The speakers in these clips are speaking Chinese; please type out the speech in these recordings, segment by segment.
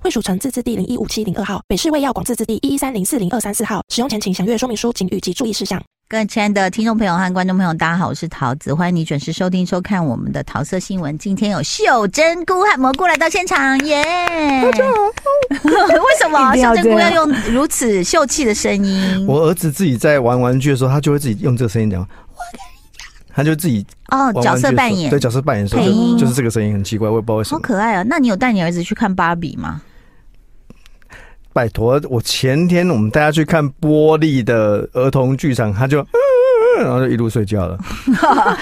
惠蜀城自治地零一五七零二号，北市卫药广自治地一一三零四零二三四号。使用前请详阅说明书请及注意事项。各位亲爱的听众朋友和观众朋友，大家好，我是桃子，欢迎你准时收听收看我们的桃色新闻。今天有秀珍菇和蘑菇来到现场， 耶、为什么啊一定秀要珍这菇要样用如此秀气的声音？我儿子自己在玩玩具的时候，他就会自己用这个声音讲，我跟你讲，他就自己哦玩，玩具的时候角色扮演哎对，角色扮演的时配候音就就是这个声音，很奇怪，我也不知道为什好么。可爱啊！那你有带你儿子去看芭比吗？拜托，我前天我们带他去看玻璃的儿童剧场，他就。嗯嗯嗯然后就一路睡 觉了，哦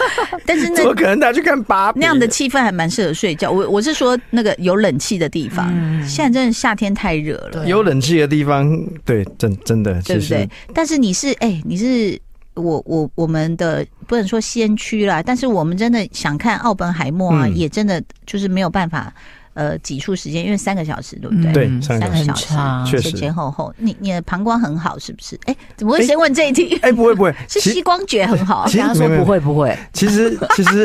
但是那怎么可能带他去看芭比？那样的气氛还蛮适合睡觉。我我是说那个有冷气的地方，嗯现在真的夏天太热了，有冷气的地方，对，真真的，对其不实对？但是你是哎、你是我我我们的不能说先驱啦，但是我们真的想看奥本海默啊，嗯也真的就是没有办法呃挤出时间，因为三个小时对不对？对上三个个小小时很时长，确实前前后后，你你的膀胱很好是不是？哎、怎么会先问这一题？哎，不会不会， 是其膝光觉很好，其实他没说有没有不会不会，其实 其实，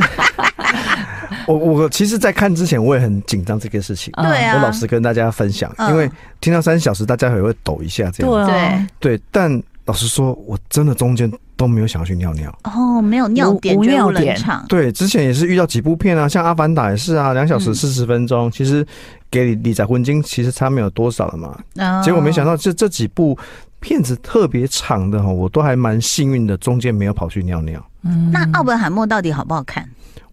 我我其实，在看之前我也很紧张这个事情。嗯对啊，我老实跟大家分享，嗯因为听到三小时，大家也会抖一下这样。对啊对，对，但老实说，我真的中间都没有想要去尿尿。哦，没有尿无点，无觉得尿无冷点场。对，之前也是遇到几部片啊，像《阿凡达》也是啊，两小嗯时四十分钟，其实给你理财婚金其实差没有多少了嘛。哦结果没想到这这几部片子特别长的哈，我都还蛮幸运的，中间没有跑去尿尿。嗯那奥本海默到底好不好看？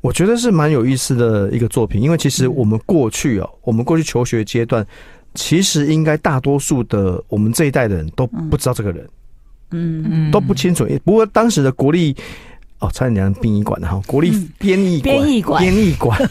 我觉得是蛮有意思的一个作品，因为其嗯实我们过去哦，我们过去求学阶段，其实应该大多数的我们这一代的人都不知道这个人。嗯，都不清楚。不过当时的国立哦，差点讲殡仪馆了哈，国立嗯编译馆，编译馆编译 馆，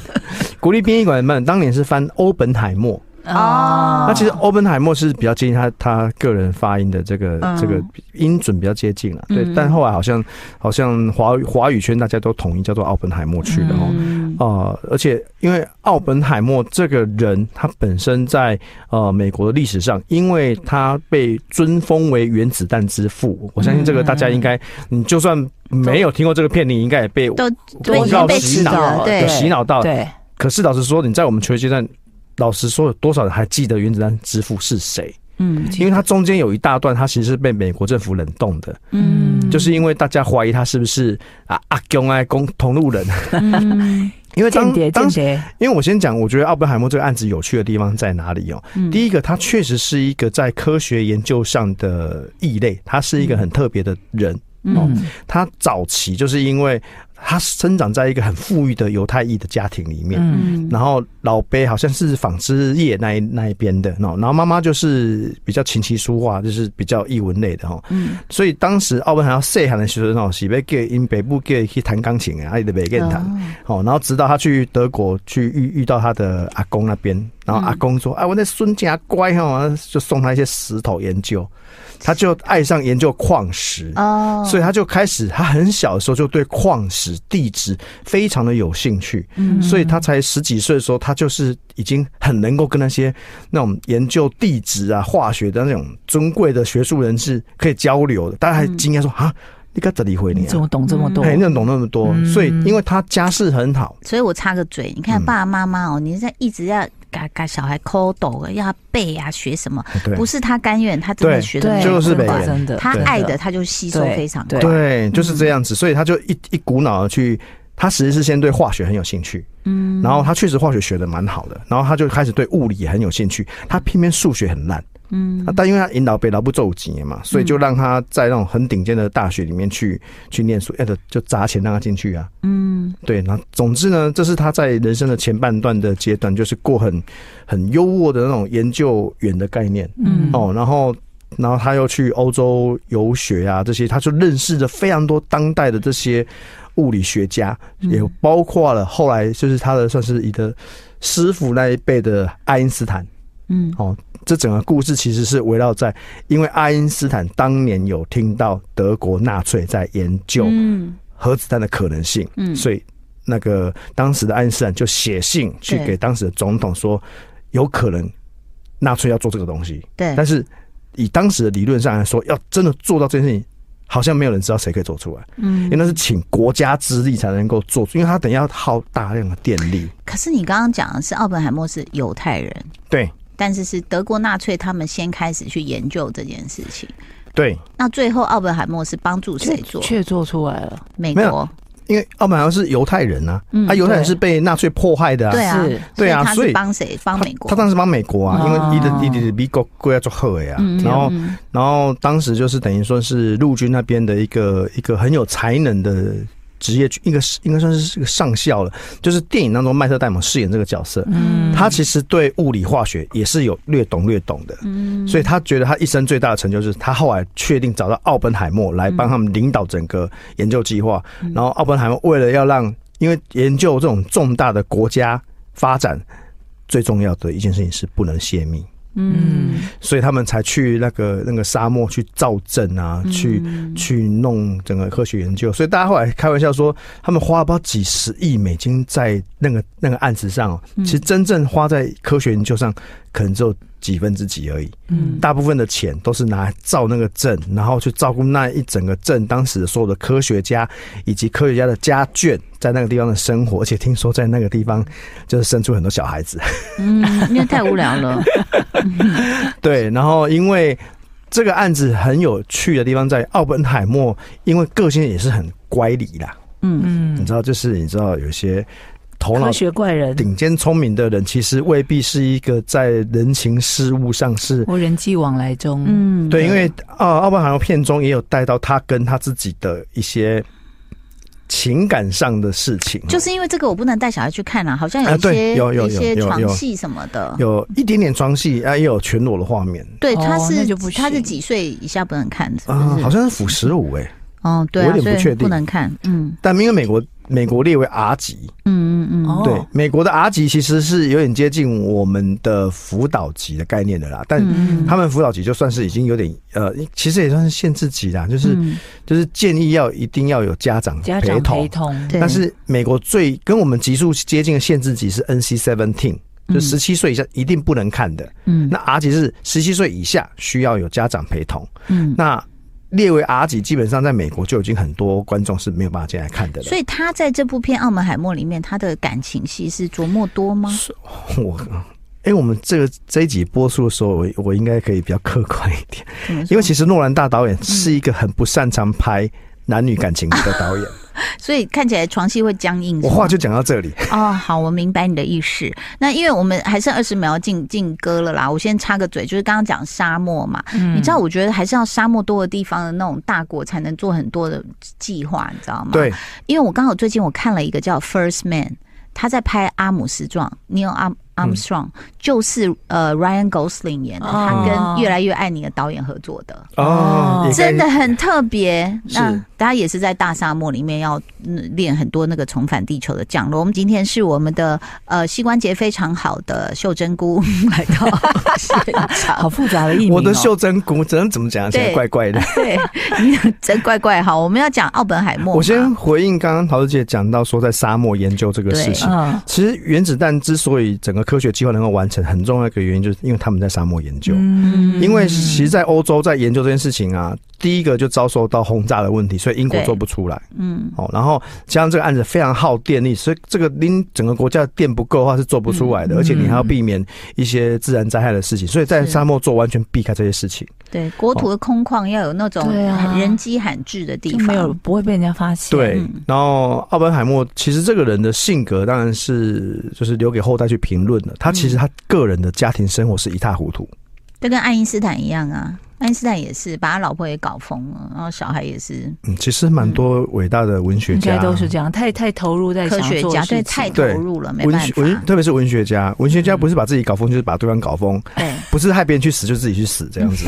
国立编译馆们当年是翻欧本海默。哦啊那其实欧本海默是比较接近他他个人发音的这个嗯这个音准比较接近了，对嗯。但后来好像好像华语华语圈大家都统一叫做奥本海默去了哦。嗯啊、而且因为奥本海默这个人，他本身在呃美国的历史上，因为他被尊封为原子弹之父，我相信这个大家应该，你就算没有听过这个片，你应该也被都广已经告被洗洗脑脑，了，对有对，洗脑到。对，可是老实说，你在我们求学阶段，老实说，有多少人还记得原子弹之父是谁？嗯因为他中间有一大段，他其实是被美国政府冷冻的，嗯，就是因为大家怀疑他是不是啊阿公啊公同路人，嗯因为当间谍间当时。谍，因为我先讲，我觉得奥本海默这个案子有趣的地方在哪里哦？嗯第一个，他确实是一个在科学研究上的异类，他是一个很特别的人。嗯，他早期就是因为他生长在一个很富裕的犹太裔的家庭里面，嗯嗯然后老贝好像是纺织业那一那一边的，然后然后妈妈就是比较琴棋书画，就是比较译文类的哦。嗯所以当时奥本海默细汉的时候，哦，是被给因北部给去弹钢琴啊，啊，伊就袂给弹。哦，然后直到他去德国去遇遇到他的阿公那边，然后阿公说：“哎，我那孙家乖哦，就送他一些石头研究，他就爱上研究矿石。哦，所以他就开始，他很小的时候就对矿石、地质非常的有兴趣，嗯所以他才十几岁的时候，他就是已经很能够跟那些那种研究地质啊、化学的那种尊贵的学术人士可以交流的。大家还惊讶说：“啊，你该怎么回你你怎啊么懂这么？”多？哎，你怎么懂那么多？嗯所以因为他家世很好，所以我插个嘴，你看嗯爸爸妈妈哦，你在一直要嘎嘎小孩抠抖，要他背啊，学什么？对不是他甘愿，他真的对学的对，就是真美的人真的，他对爱的，他就吸收对非常对快。对，嗯就是这样子，所以他就一一股脑的去，他其实是先对化学很有兴趣，嗯，然后他确实化学学的蛮好的，然后他就开始对物理也很有兴趣，他偏偏数学很烂，嗯，但因为他引导北老不走几年嘛，所以就让他在那种很顶尖的大学里面去去念书，哎，就砸钱让他进去啊，嗯，对，然后总之呢，这是他在人生的前半段的阶段，就是过很很优渥的那种研究员的概念，嗯哦，然后然后他又去欧洲游学啊，这些他就认识了非常多当代的这些物理学家，也嗯包括了后来就是他的算是一个师傅那一辈的爱因斯坦。嗯哦，这整个故事其实是围绕在，因为爱因斯坦当年有听到德国纳粹在研究嗯核子弹的可能性，嗯所以那个当时的爱因斯坦就写信去对给当时的总统说，有可能纳粹要做这个东西，对，但是以当时的理论上来说，要真的做到这件事情，好像没有人知道谁可以做出来，嗯因为那是请国家之力才能够做出，因为他等于要耗大量的电力。可是你刚刚讲的是奥本海默是犹太人，对但是是德国纳粹他们先开始去研究这件事情。对，那最后奥本海默是帮助谁做？却做出来了，美没国有因为奥本海默是犹太人啊，嗯他犹太人对是被纳粹迫害的啊，对啊是对啊，他所是以帮谁？帮美国他。他。当时帮美国啊，因哦为伊的伊的美国国要做好的呀、嗯然后嗯然后当时就是等于说是陆军那边的一个一个很有才能的职业军，一个应该算是个上校了，就是电影当中麦特戴蒙饰演这个角色，嗯他其实对物理化学也是有略懂略懂的，嗯所以他觉得他一生最大的成就是他后来确定找到奥本海默来帮他们领导整个研究计划。然后奥本海默为了要让，因为研究这种重大的国家发展，最重要的一件事情是不能泄密，嗯，所以他们才去那个那个沙漠去造镇啊，去去弄整个科学研究。所以大家后来开玩笑说，他们花了不知道几十亿美金在那个那个案子上哦，其实真正花在科学研究上，可能只有几分之几而已。嗯大部分的钱都是拿来造那个镇，然后去照顾那一整个镇当时的所有的科学家以及科学家的家眷在那个地方的生活，而且听说在那个地方就是生出很多小孩子。嗯，因为太无聊了。对，然后因为这个案子很有趣的地方在于奥本海默，因为个性也是很乖离啦，嗯，你嗯，知道，就是你知道有些头脑科学怪人，顶尖聪明的人，其实未必是一个在人情事务上是我人际往来中，嗯，对，因为啊，奥本海默片中也有带到他跟他自己的一些情感上的事情， 就是因为这个，我不能带小孩去看啦，好像有啊一对些有有有一些有有床戏什么的。有一点点床戏啊，也有全裸的画面对，哦他那是就不行他是几岁以下不能看，是啊不，好是？像是腐蚀五哎，哦，对我啊，有所点不确以定不能看。嗯但因为美国美国列为 R 级，嗯嗯嗯，哦对，美国的 R 级其实是有点接近我们的辅导级的概念的啦，但嗯他们辅导级就算是已经有点呃，其实也算是限制级啦，就是、嗯就是建议要一定要有家长家长陪同，对，但是美国最跟我们级数接近的限制级是 NC seventeen，就十七岁以下一定不能看的。嗯那 R 级是十七岁以下需要有家长陪同。嗯，那列为 R 级，基本上在美国就已经很多观众是没有办法进来看的了所。以他在这部片《澳门海默》里面，他的感情戏是琢磨多吗？ 我，哎、我们这个这一集播出的时候，我我应该可以比较客观一点，怎么说因为其实诺兰大导演是一个很不擅长拍男女感情的导演。所以看起来床戏会僵硬是我吗。话就讲到这里。哦，好，我明白你的意思。那因为我们还剩二十秒进进歌了啦，我先插个嘴，就是刚刚讲沙漠嘛，嗯你嗯知道，我觉得还是要沙漠多的地方的那种大国才能做很多的计划，你知道吗？，对，因为我刚好最近我看了一个叫《First Man》，他在拍阿姆斯壮 （Neil Arm- 嗯 Armstrong），、就是呃 Ryan Gosling 演的，他跟哦《越来越爱你》的导演合作的。哦，也该真的很特别。是那大家也是在大沙漠里面要嗯练很多那个重返地球的降落。我们今天是我们的呃膝关节非常好的秀珍菇来 到现好场，复杂的译名哦，我的袖珍菇，只能怎么讲起来对哎怪怪的。对，真怪怪哈。我们要讲奥本海默嘛，我先回应刚刚陶子姐讲到说在沙漠研究这个事情。嗯，其实原子弹之所以整个科学计划能够完成，很重要一个原因就是因为他们在沙漠研究。嗯因为其实，在欧洲在研究这件事情啊，第一个就遭受到轰炸的问题，所以英国对做不出来。嗯哦，然后加上这个案子非常耗电力，所以这个拎整个国家的电不够的话是做不出来的，嗯而且你还要避免一些自然灾害的事情，所以在是沙漠做完全避开这些事情。对国土的空旷要有那种对啊人迹罕至的地就方，没有不会被人家发现，对嗯，然后奥本海默其实这个人的性格当然是就是留给后代去评论的。他其实他个人的家庭生活是一塌糊涂，就跟爱因斯坦一样啊。爱因斯坦也是把他老婆也搞疯了，然后小孩也是嗯，其实蛮多伟大的文学应家该都是这样，太太投入在科想要学做的家，对，事情太投对入了，没文办学法。文特别是文学家，文学家不是把自己搞疯，就是把对方搞疯， 对不是害别人 去死，就自己去死这样子。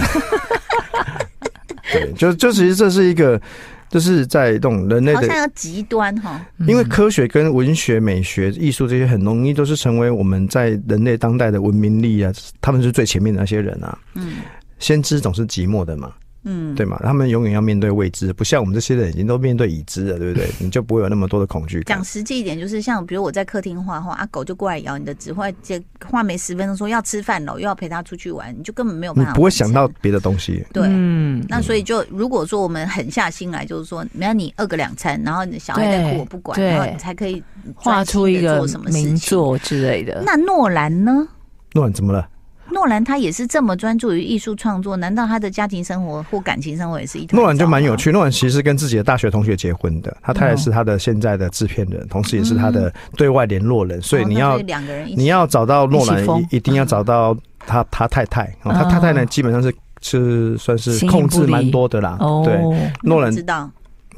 对，就就其实这是一个这是在这种人类好的像嗯要极端哈，因为科学跟文学、美学、艺术这些很容易都是成为我们在人类当代的文明力啊，他们是最前面的那些人啊。嗯先知总是寂寞的嘛，嗯，对嘛？他们永远要面对未知，不像我们这些人已经都面对已知了，对不对？你就不会有那么多的恐惧感讲。实际一点，就是像比如我在客厅画画，啊狗就过来咬你的纸，或者画没十分钟说要吃饭了，又要陪它出去玩，你就根本没有你办法。不会想到别的东西，对。嗯，那所以就如果说我们狠下心来，就是说，没有你饿个两餐，然后你小孩在哭对我不管，对然后你才可以画出一专心地个做什么事情。名作之类的。那诺兰呢？诺兰怎么了？诺兰他也是这么专注于艺术创作，难道他的家庭生活或感情生活也是一团糟吗？诺兰就蛮有趣。诺兰其实是跟自己的大学同学结婚的，嗯他太太是他的现在的制片人，同时也是他的对外联络人，哦，所以你那要所以两个人一起你要找到诺兰一起疯，一一定嗯要找到他他太太，哦、他哦太太呢基本上是是算是形影控不制离蛮多的啦。哦，对，诺兰知，道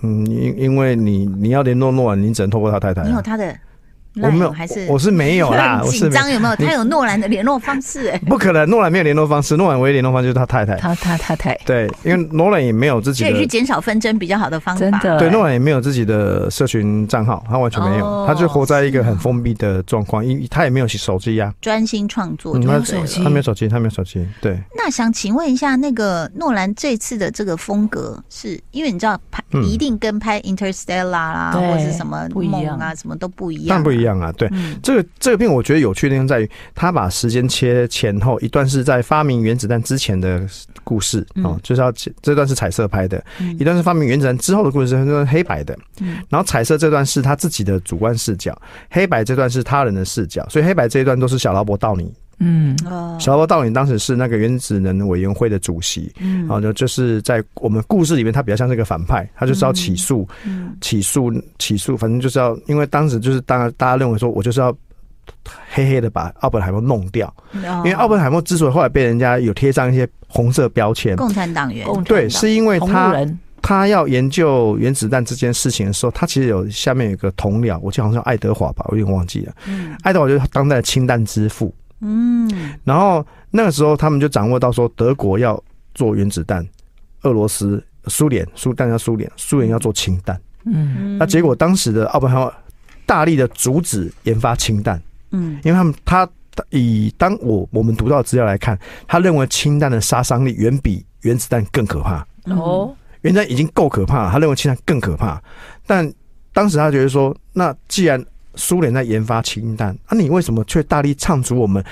嗯，因因为你你要联络诺兰，你只能透过他太太、你有啊。他的 line 我没有，还是我我是没有啦，我很是紧没张有没有？你他有诺兰的联络方式哎、不可能，诺兰没有联络方式，诺兰唯一联络方式就是他太太。他他他太对，因为诺兰也没有自己这也是的。减少纷争比较好的方法。真的对，诺兰也没有自己的社群账号，他完全没有，哦他就活在一个很封闭的状况，因他也没有手机呀、专心创作嗯就他对了。他没有手机，他没有手机，对，那想请问一下，那个诺兰这次的这个风格是，因为你知道拍、嗯一定跟拍《Interstellar》啦，对或是什么不一梦样啊，什么都不一样，但不一。样啊，对，嗯，这个这个片我觉得有趣的地方在于，他把时间切前后，一段是在发明原子弹之前的故事嗯哦，就是要切这段是彩色拍的，嗯一段是发明原子弹之后的故事，这段是黑白的嗯。然后彩色这段是他自己的主观视角，黑白这段是他人的视角，所以黑白这一段都是小劳勃道尼。嗯哦，小劳勃道尼当时是那个原子能委员会的主席，嗯然后就就是在我们故事里面，他比较像是一个反派，他就是要起诉嗯起诉起诉，反正就是要，因为当时就是大大家认为说我就是要黑黑的把奥本海默弄掉，因因为奥本海默之所以后来被人家有贴上一些红色标签，共产党员，嗯共对，是因为同路他人他要研究原子弹这件事情的时候，他其实有下面有一个同僚，我记得好像叫爱德华吧，我有点忘记了，嗯爱德华就是当代的氢弹之父，嗯，然后那个时候他们就掌握到说，德国要做原子弹，俄罗斯、苏联、苏弹要苏联，苏联要做氢弹。嗯那结果当时的奥本海默大力的阻止研发氢弹，嗯因为他们他以当我我们读到的资料来看，他认为氢弹的杀伤力远比原子弹更可怕，哦，原子弹已经够可怕了，他认为氢弹更可怕。但当时他觉得说，那既然苏联在研发氢弹，那、你为什么却大力唱出我们？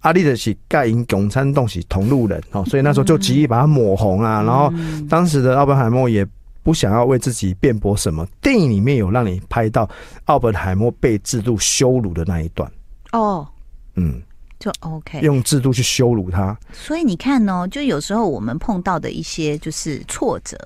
阿力的是盖因共产党是同路人哦，所以那时候就极力把它抹红啊，然后嗯当时的奥本海默也不想要为自己辩驳什么。电影里面有让你拍到奥本海默被制度羞辱的那一段，哦，嗯，就 OK，用制度去羞辱他， 所以你看哦，就有时候我们碰到的一些就是挫折，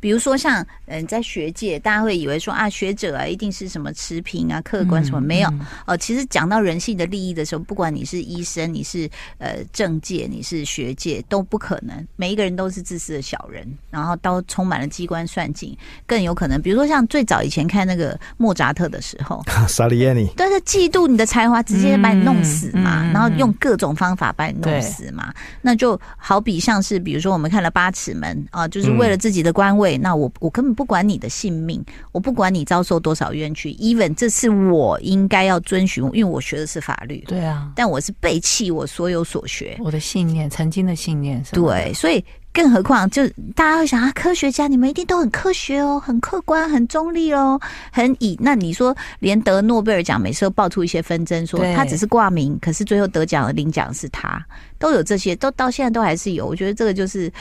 比如说像嗯、呃在学界，大家会以为说啊，学者啊一定是什么持平啊、客观什嗯么、没有嗯哦。其实讲到人性的利益的时候，不管你是医生，你是呃政界，你是学界，都不可能每一个人都是自私的小人，然后都充满了机关算尽，更有可能，比如说像最早以前看那个莫扎特的时候，萨利耶尼，但是嫉妒你的才华，直接把你弄死嘛，嗯嗯嗯然后用各种方法把你弄死嘛。那就好比像是，比如说我们看了《八尺门》啊，就是为了自己的官位，嗯那我我根本不管你的性命，我不管你遭受多少冤屈，even 这是我应该要遵循，因为我学的是法律，对啊，但我是背弃我所有所学。我的信念，曾经的信念是吧，对，所以更何况，就大家会想啊，科学家你们一定都很科学哦，很客观，很中立哦，很以那你说，连得诺贝尔奖每次都爆出一些纷争，说对他只是挂名，可是最后得奖的领奖是他，都有这些，都到现在都还是有。我觉得这个就是，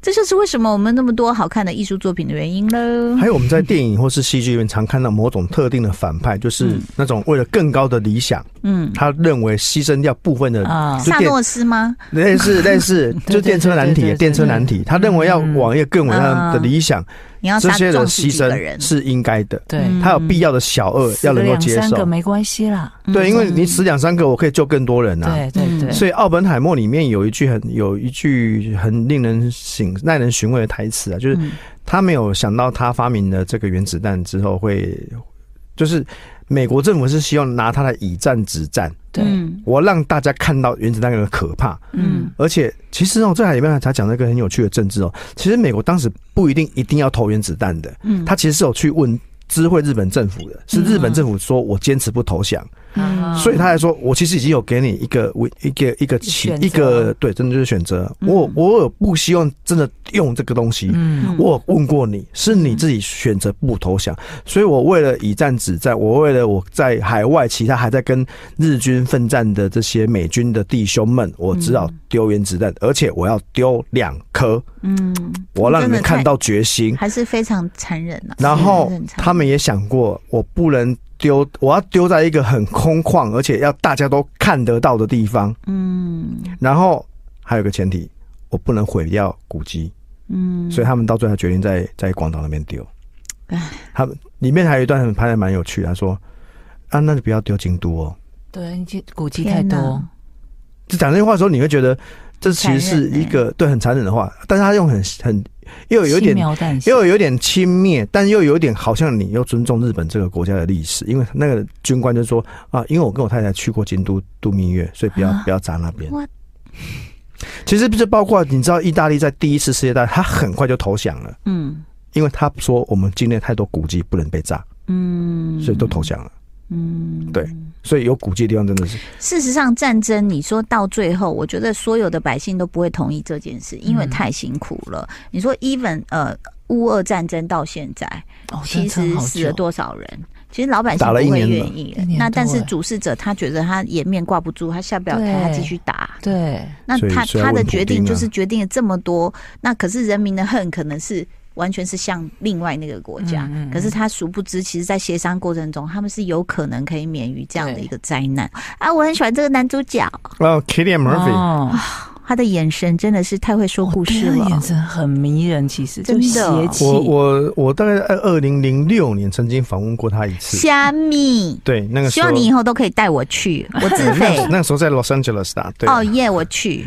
这就是为什么我们那么多好看的艺术作品的原因嗯喽。还有我们在电影或是戏剧里面常看到某种特定的反派，就是嗯那种为了更高的理想，嗯，他认为牺牲掉部分的啊就萨电诺斯吗？类似 类似，对就电车难对对题，对电车难题，他认为要往一个更伟大的嗯理想，你要这杀些人撞死牺几个人牲？是应该的，对，嗯他有必要的小恶死要个能够两接三个受。没关系啦，对，因为你死两三个，我可以救更多人啊。对对对，所以《奥本海默》里面有一句很有一句很令人醒耐人寻味的台词啊，就是嗯他没有想到他发明了这个原子弹之后会，就是美国政府是希望拿它来以战止战，对嗯我让大家看到原子弹的可怕。嗯而且其实哦，这海里面才讲了一个很有趣的政治哦。其实美国当时不一定一定要投原子弹的，嗯他其实是有去问知会日本政府的，是日本政府说我坚持不投降，嗯所以他来说我其实已经有给你一个一个一个起选择一个对，真的就是选择。我我有不希望真的用这个东西，嗯我有问过你，是你自己选择不投降，所以我为了以战止战，我为了我在海外其他还在跟日军奋战的这些美军的弟兄们，我只好丢原子弹，而且我要丢两颗，嗯，我让你真的们看太到决心。嗯还是非常残忍啊。然是后很残忍他们也想过，我不能丢，我要丢在一个很空旷，而且要大家都看得到的地方。嗯然后还有个前提，我不能毁掉古迹。嗯，所以他们到最后决定在在广岛那边丢唉。他们里面还有一段很拍的蛮有趣的，他说：“啊，那就不要丢京都哦。对，你这古迹太天哪多，”就讲这些话的时候，你会觉得这其实是一个、对很残忍的话，但是他用很很又有一轻点描淡写，又有点轻蔑，但又有点好像你又尊重日本这个国家的历史，因为那个军官就说：“啊，因为我跟我太太去过京都度蜜月，所以不要、不要砸那边。啊 What？” 其实这包括你知道，意大利在第一次世界大战，他很快就投降了。嗯因为他说我们境内太多古迹不能被炸，嗯，所以都投降了。嗯，对，所以有古迹的地方真的是事实上，战争你说到最后，我觉得所有的百姓都不会同意这件事，因为太辛苦了。你说，even 呃，乌俄战争到现在，哦其实死了，多少人？其实老百姓打了一不会年了愿意一年那多但是哎主事者他觉得他颜面挂不住，他下不了台，对他继续打。真的好久那所以他所以要他的问普决定丁啊就是决定了这么多，那可是人民的恨可能是完全是向另外那个国家，嗯嗯嗯可是他殊不知，其实，在协商过程中，他们是有可能可以免于这样的一个灾难啊！我很喜欢这个男主角，哦 k i l l i a n 啊 Murphy，、对哦他的眼神真的是太会说故事对他了眼。神很迷人，其实就真的邪气，我嗯我我大概在二零零六年曾经访问过他一次，虾米，对，那个希时候望你以后都可以带我去，我自对 那费时候。那时候在 Los Angeles 打，对、啊哦耶，我去。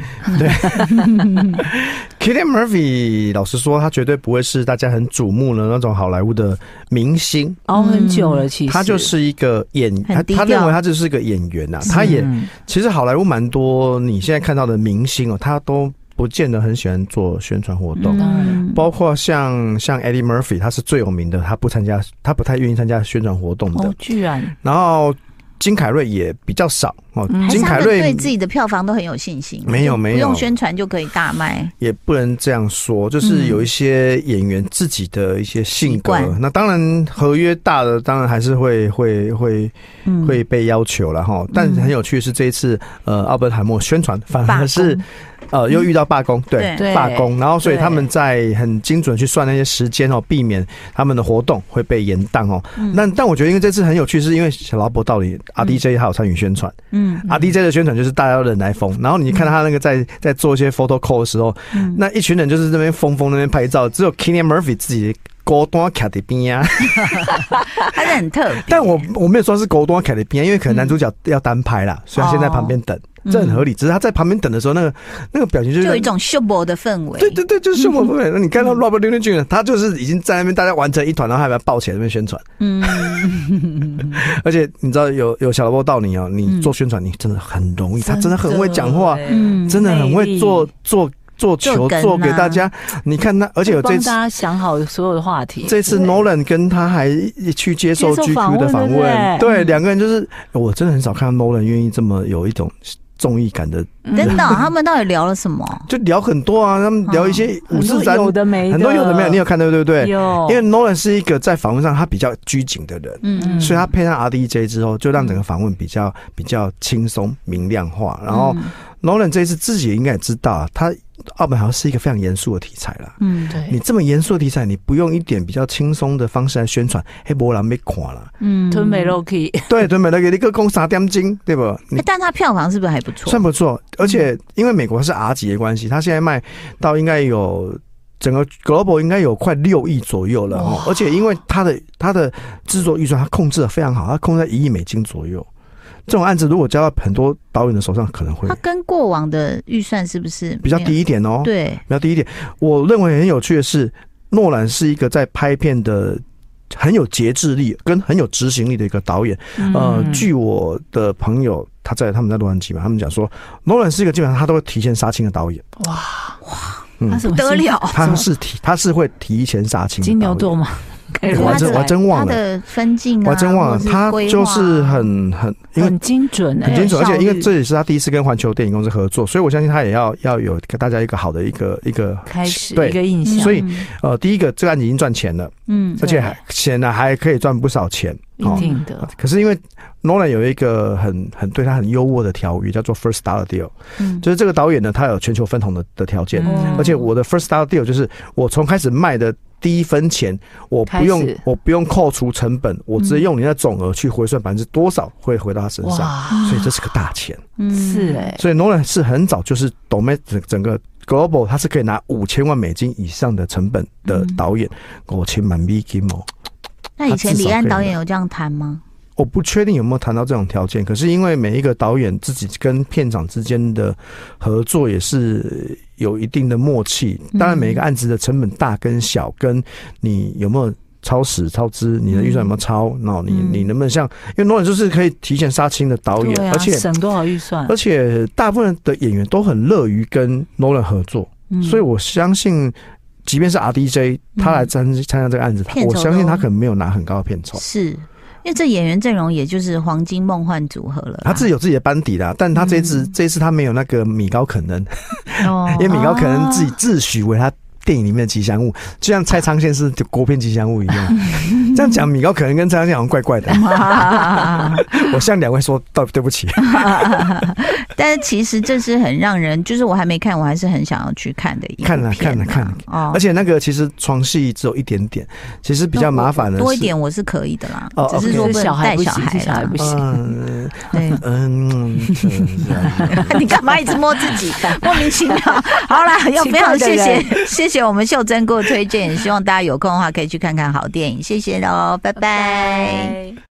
k i l l i a n Murphy，老实说，他绝对不会是大家很瞩目的那种好莱坞的明星，熬很久了，其实他就是一个演，他低他调认为他就是个演员呐、他演嗯其实好莱坞蛮多你现在看到的明星哦，他都不见得很喜欢做宣传活嗯动。当然包括像像 Eddie Murphy，他是最有名的，他不参加，他不太愿意参加宣传活动的。哦，居然然后金凯瑞也比较少哦嗯，还是金他凯们瑞对自己的票房都很有信心，没有就没不有用宣传就可以大卖。也不能这样说，就是有一些演员自己的一些性嗯格习惯。那当然，合约大的当然还是会会会嗯，会被要求了哈。但很有趣是这一次，呃，奥本海默宣传反罢而工是呃又遇到罢工，对。对对罢工，然后所以对他们在很精准去算那些时间哦，避免他们的活动会被延宕哦。嗯那、但我觉得，因为这次很有趣，是因为小劳勃到底 R D J 还有参与宣传、嗯 r D J 的宣传就是大家都人来疯，然后你看他那个在在做一些 photo call 的时候，嗯那一群人就是这边疯疯那边拍照，只有 Kenny Murphy 自己。高端卡的 边啊，他是很特别，但我我没有说是高端卡的边，因为可能男主角要单拍啦，所以他先在旁边等，这很合理。只是他在旁边等的时候，那个那个表情嗯就就是有一种秀博的氛围。对对对，就是我们。那你看到嗯 Robert Downey Jr.，他就是已经在那边大家玩成一团，然后还把他抱起来在那边宣传。嗯，嗯而且你知道有有小萝卜到你哦，你做宣传你真的很嗯容易，他真的很会讲话，嗯真的很会做魅力做做球做梗啊做给大家。你看他，而且有这帮次大家想好所有的话题，这次 Nolan 跟他还一去接受接受访 GQ 问的访对不对问，对两个人就是我真的很少看到 Nolan 愿意这么有一种综艺感的，真的哦，他们到底聊了什么？就聊很多啊，他们聊一些五很四多三。有的没的，很多有的没有，你有看到对不对？有，因为 Nolan 是一个在访问上他比较拘谨的人，嗯所以他配上 R D J 之后，就让整个访问比较比较轻松明亮化。然后 Nolan 这一次自己也应该也知道啊，他奥本好像是一个非常严肃的题材啦。嗯你对，这么严肃的题材，你不用一点比较轻松的方式来宣传，黑波兰被垮了，嗯吞美。肉 K 对，对，美了给你个公傻点金，对不？你哎但他票房是不是还不错嗯算？不错，而且因为美国是 R 级的关系，它现在卖到应该有整个 global 应该有快六亿左右了哦，而且因为它的它的制作预算它控制的非常好，它控制在一亿美金左右。这种案子如果交到很多导演的手上，可能会他跟过往的预算是不是比较没有？低一点哦，对，比较低一点。我认为很有趣的是，诺兰是一个在拍片的很有节制力跟很有执行力的一个导演。嗯呃，据我的朋友，他在他们在洛杉矶嘛，他们讲说，罗兰是一个基本上他都会提前杀青的导演，嗯他什么得星了，他是提他是会提前杀青的金导牛演哎座吗？ 哎开始我还他真我还真他忘了，的分镜啊，我还真忘了，或者他规划啊就是很很因为很精准很哎、精准，而效且因为率这也是他第一次跟环球电影公司合作，所以我相信他也要要有给大家一个好的一个一个开始对一个印象，所以呃，第一个这个案子已经赚钱了，嗯而且还显然还可以赚不少钱哦一定的，啊可是因为 Nolan 有一个很很对他很优渥的条约，叫做 First Star Deal，嗯就是这个导演呢，他有全球分红的的条件，嗯而且我的 First Star Deal 就是我从开始卖的第一分钱，我不开用始我不用扣除成本，我直接用你的总额去回算百分之多少会回到他身上，哇，所以这是个大钱。嗯是哎、所以 Nolan 是很早就是懂妹整整个 Global，他是可以拿五千万美金以上的成本的嗯导演，我千万美金哦。那以前他至少李安可以导演拿有这样谈吗？我不确定有没有谈到这种条件，可是因为每一个导演自己跟片场之间的合作也是有一定的默契。嗯当然，每一个案子的成本大跟小，跟你有没有超时超支，你的预算有没有超，然后你嗯你能不能像，因为诺兰就是可以提前杀青的导演对，啊，而且省多少预啊算而，且大部分的演员都很乐于跟 Nolan 合作，嗯所以我相信，即便是 RDJ 他来参参加这个案子，他嗯片酬我相信都他可能没有拿很高的片酬，是，因为这演员阵容也就是黄金梦幻组合了啦。他自己有自己的班底啦，但他这一次、这一次他没有那个米高肯恩，嗯哦 因为 米高肯恩自己自诩为他。电影里面的吉祥物，就像蔡昌宪是国片吉祥物一 样。这样讲，米高肯恩跟蔡昌宪好像怪怪的。我向两位说，对对不 起。但是其实这是很让人，就是我还没看，我还是很想要去看的一部看了片看了啊看了哦，而且那个其实床戏只有一点点，其实比较麻烦的是呃多一点我是可以的啦哦，只是 OK 说不是小能孩带不小行，孩是小孩啦不行，嗯对， 嗯，啊你干嘛一直摸自 己？莫名其妙。好啦，要奇非怪常的谢人谢 谢谢我们秀珍给我推荐，希望大家有空的话可以去看看好电影，谢谢喽，拜拜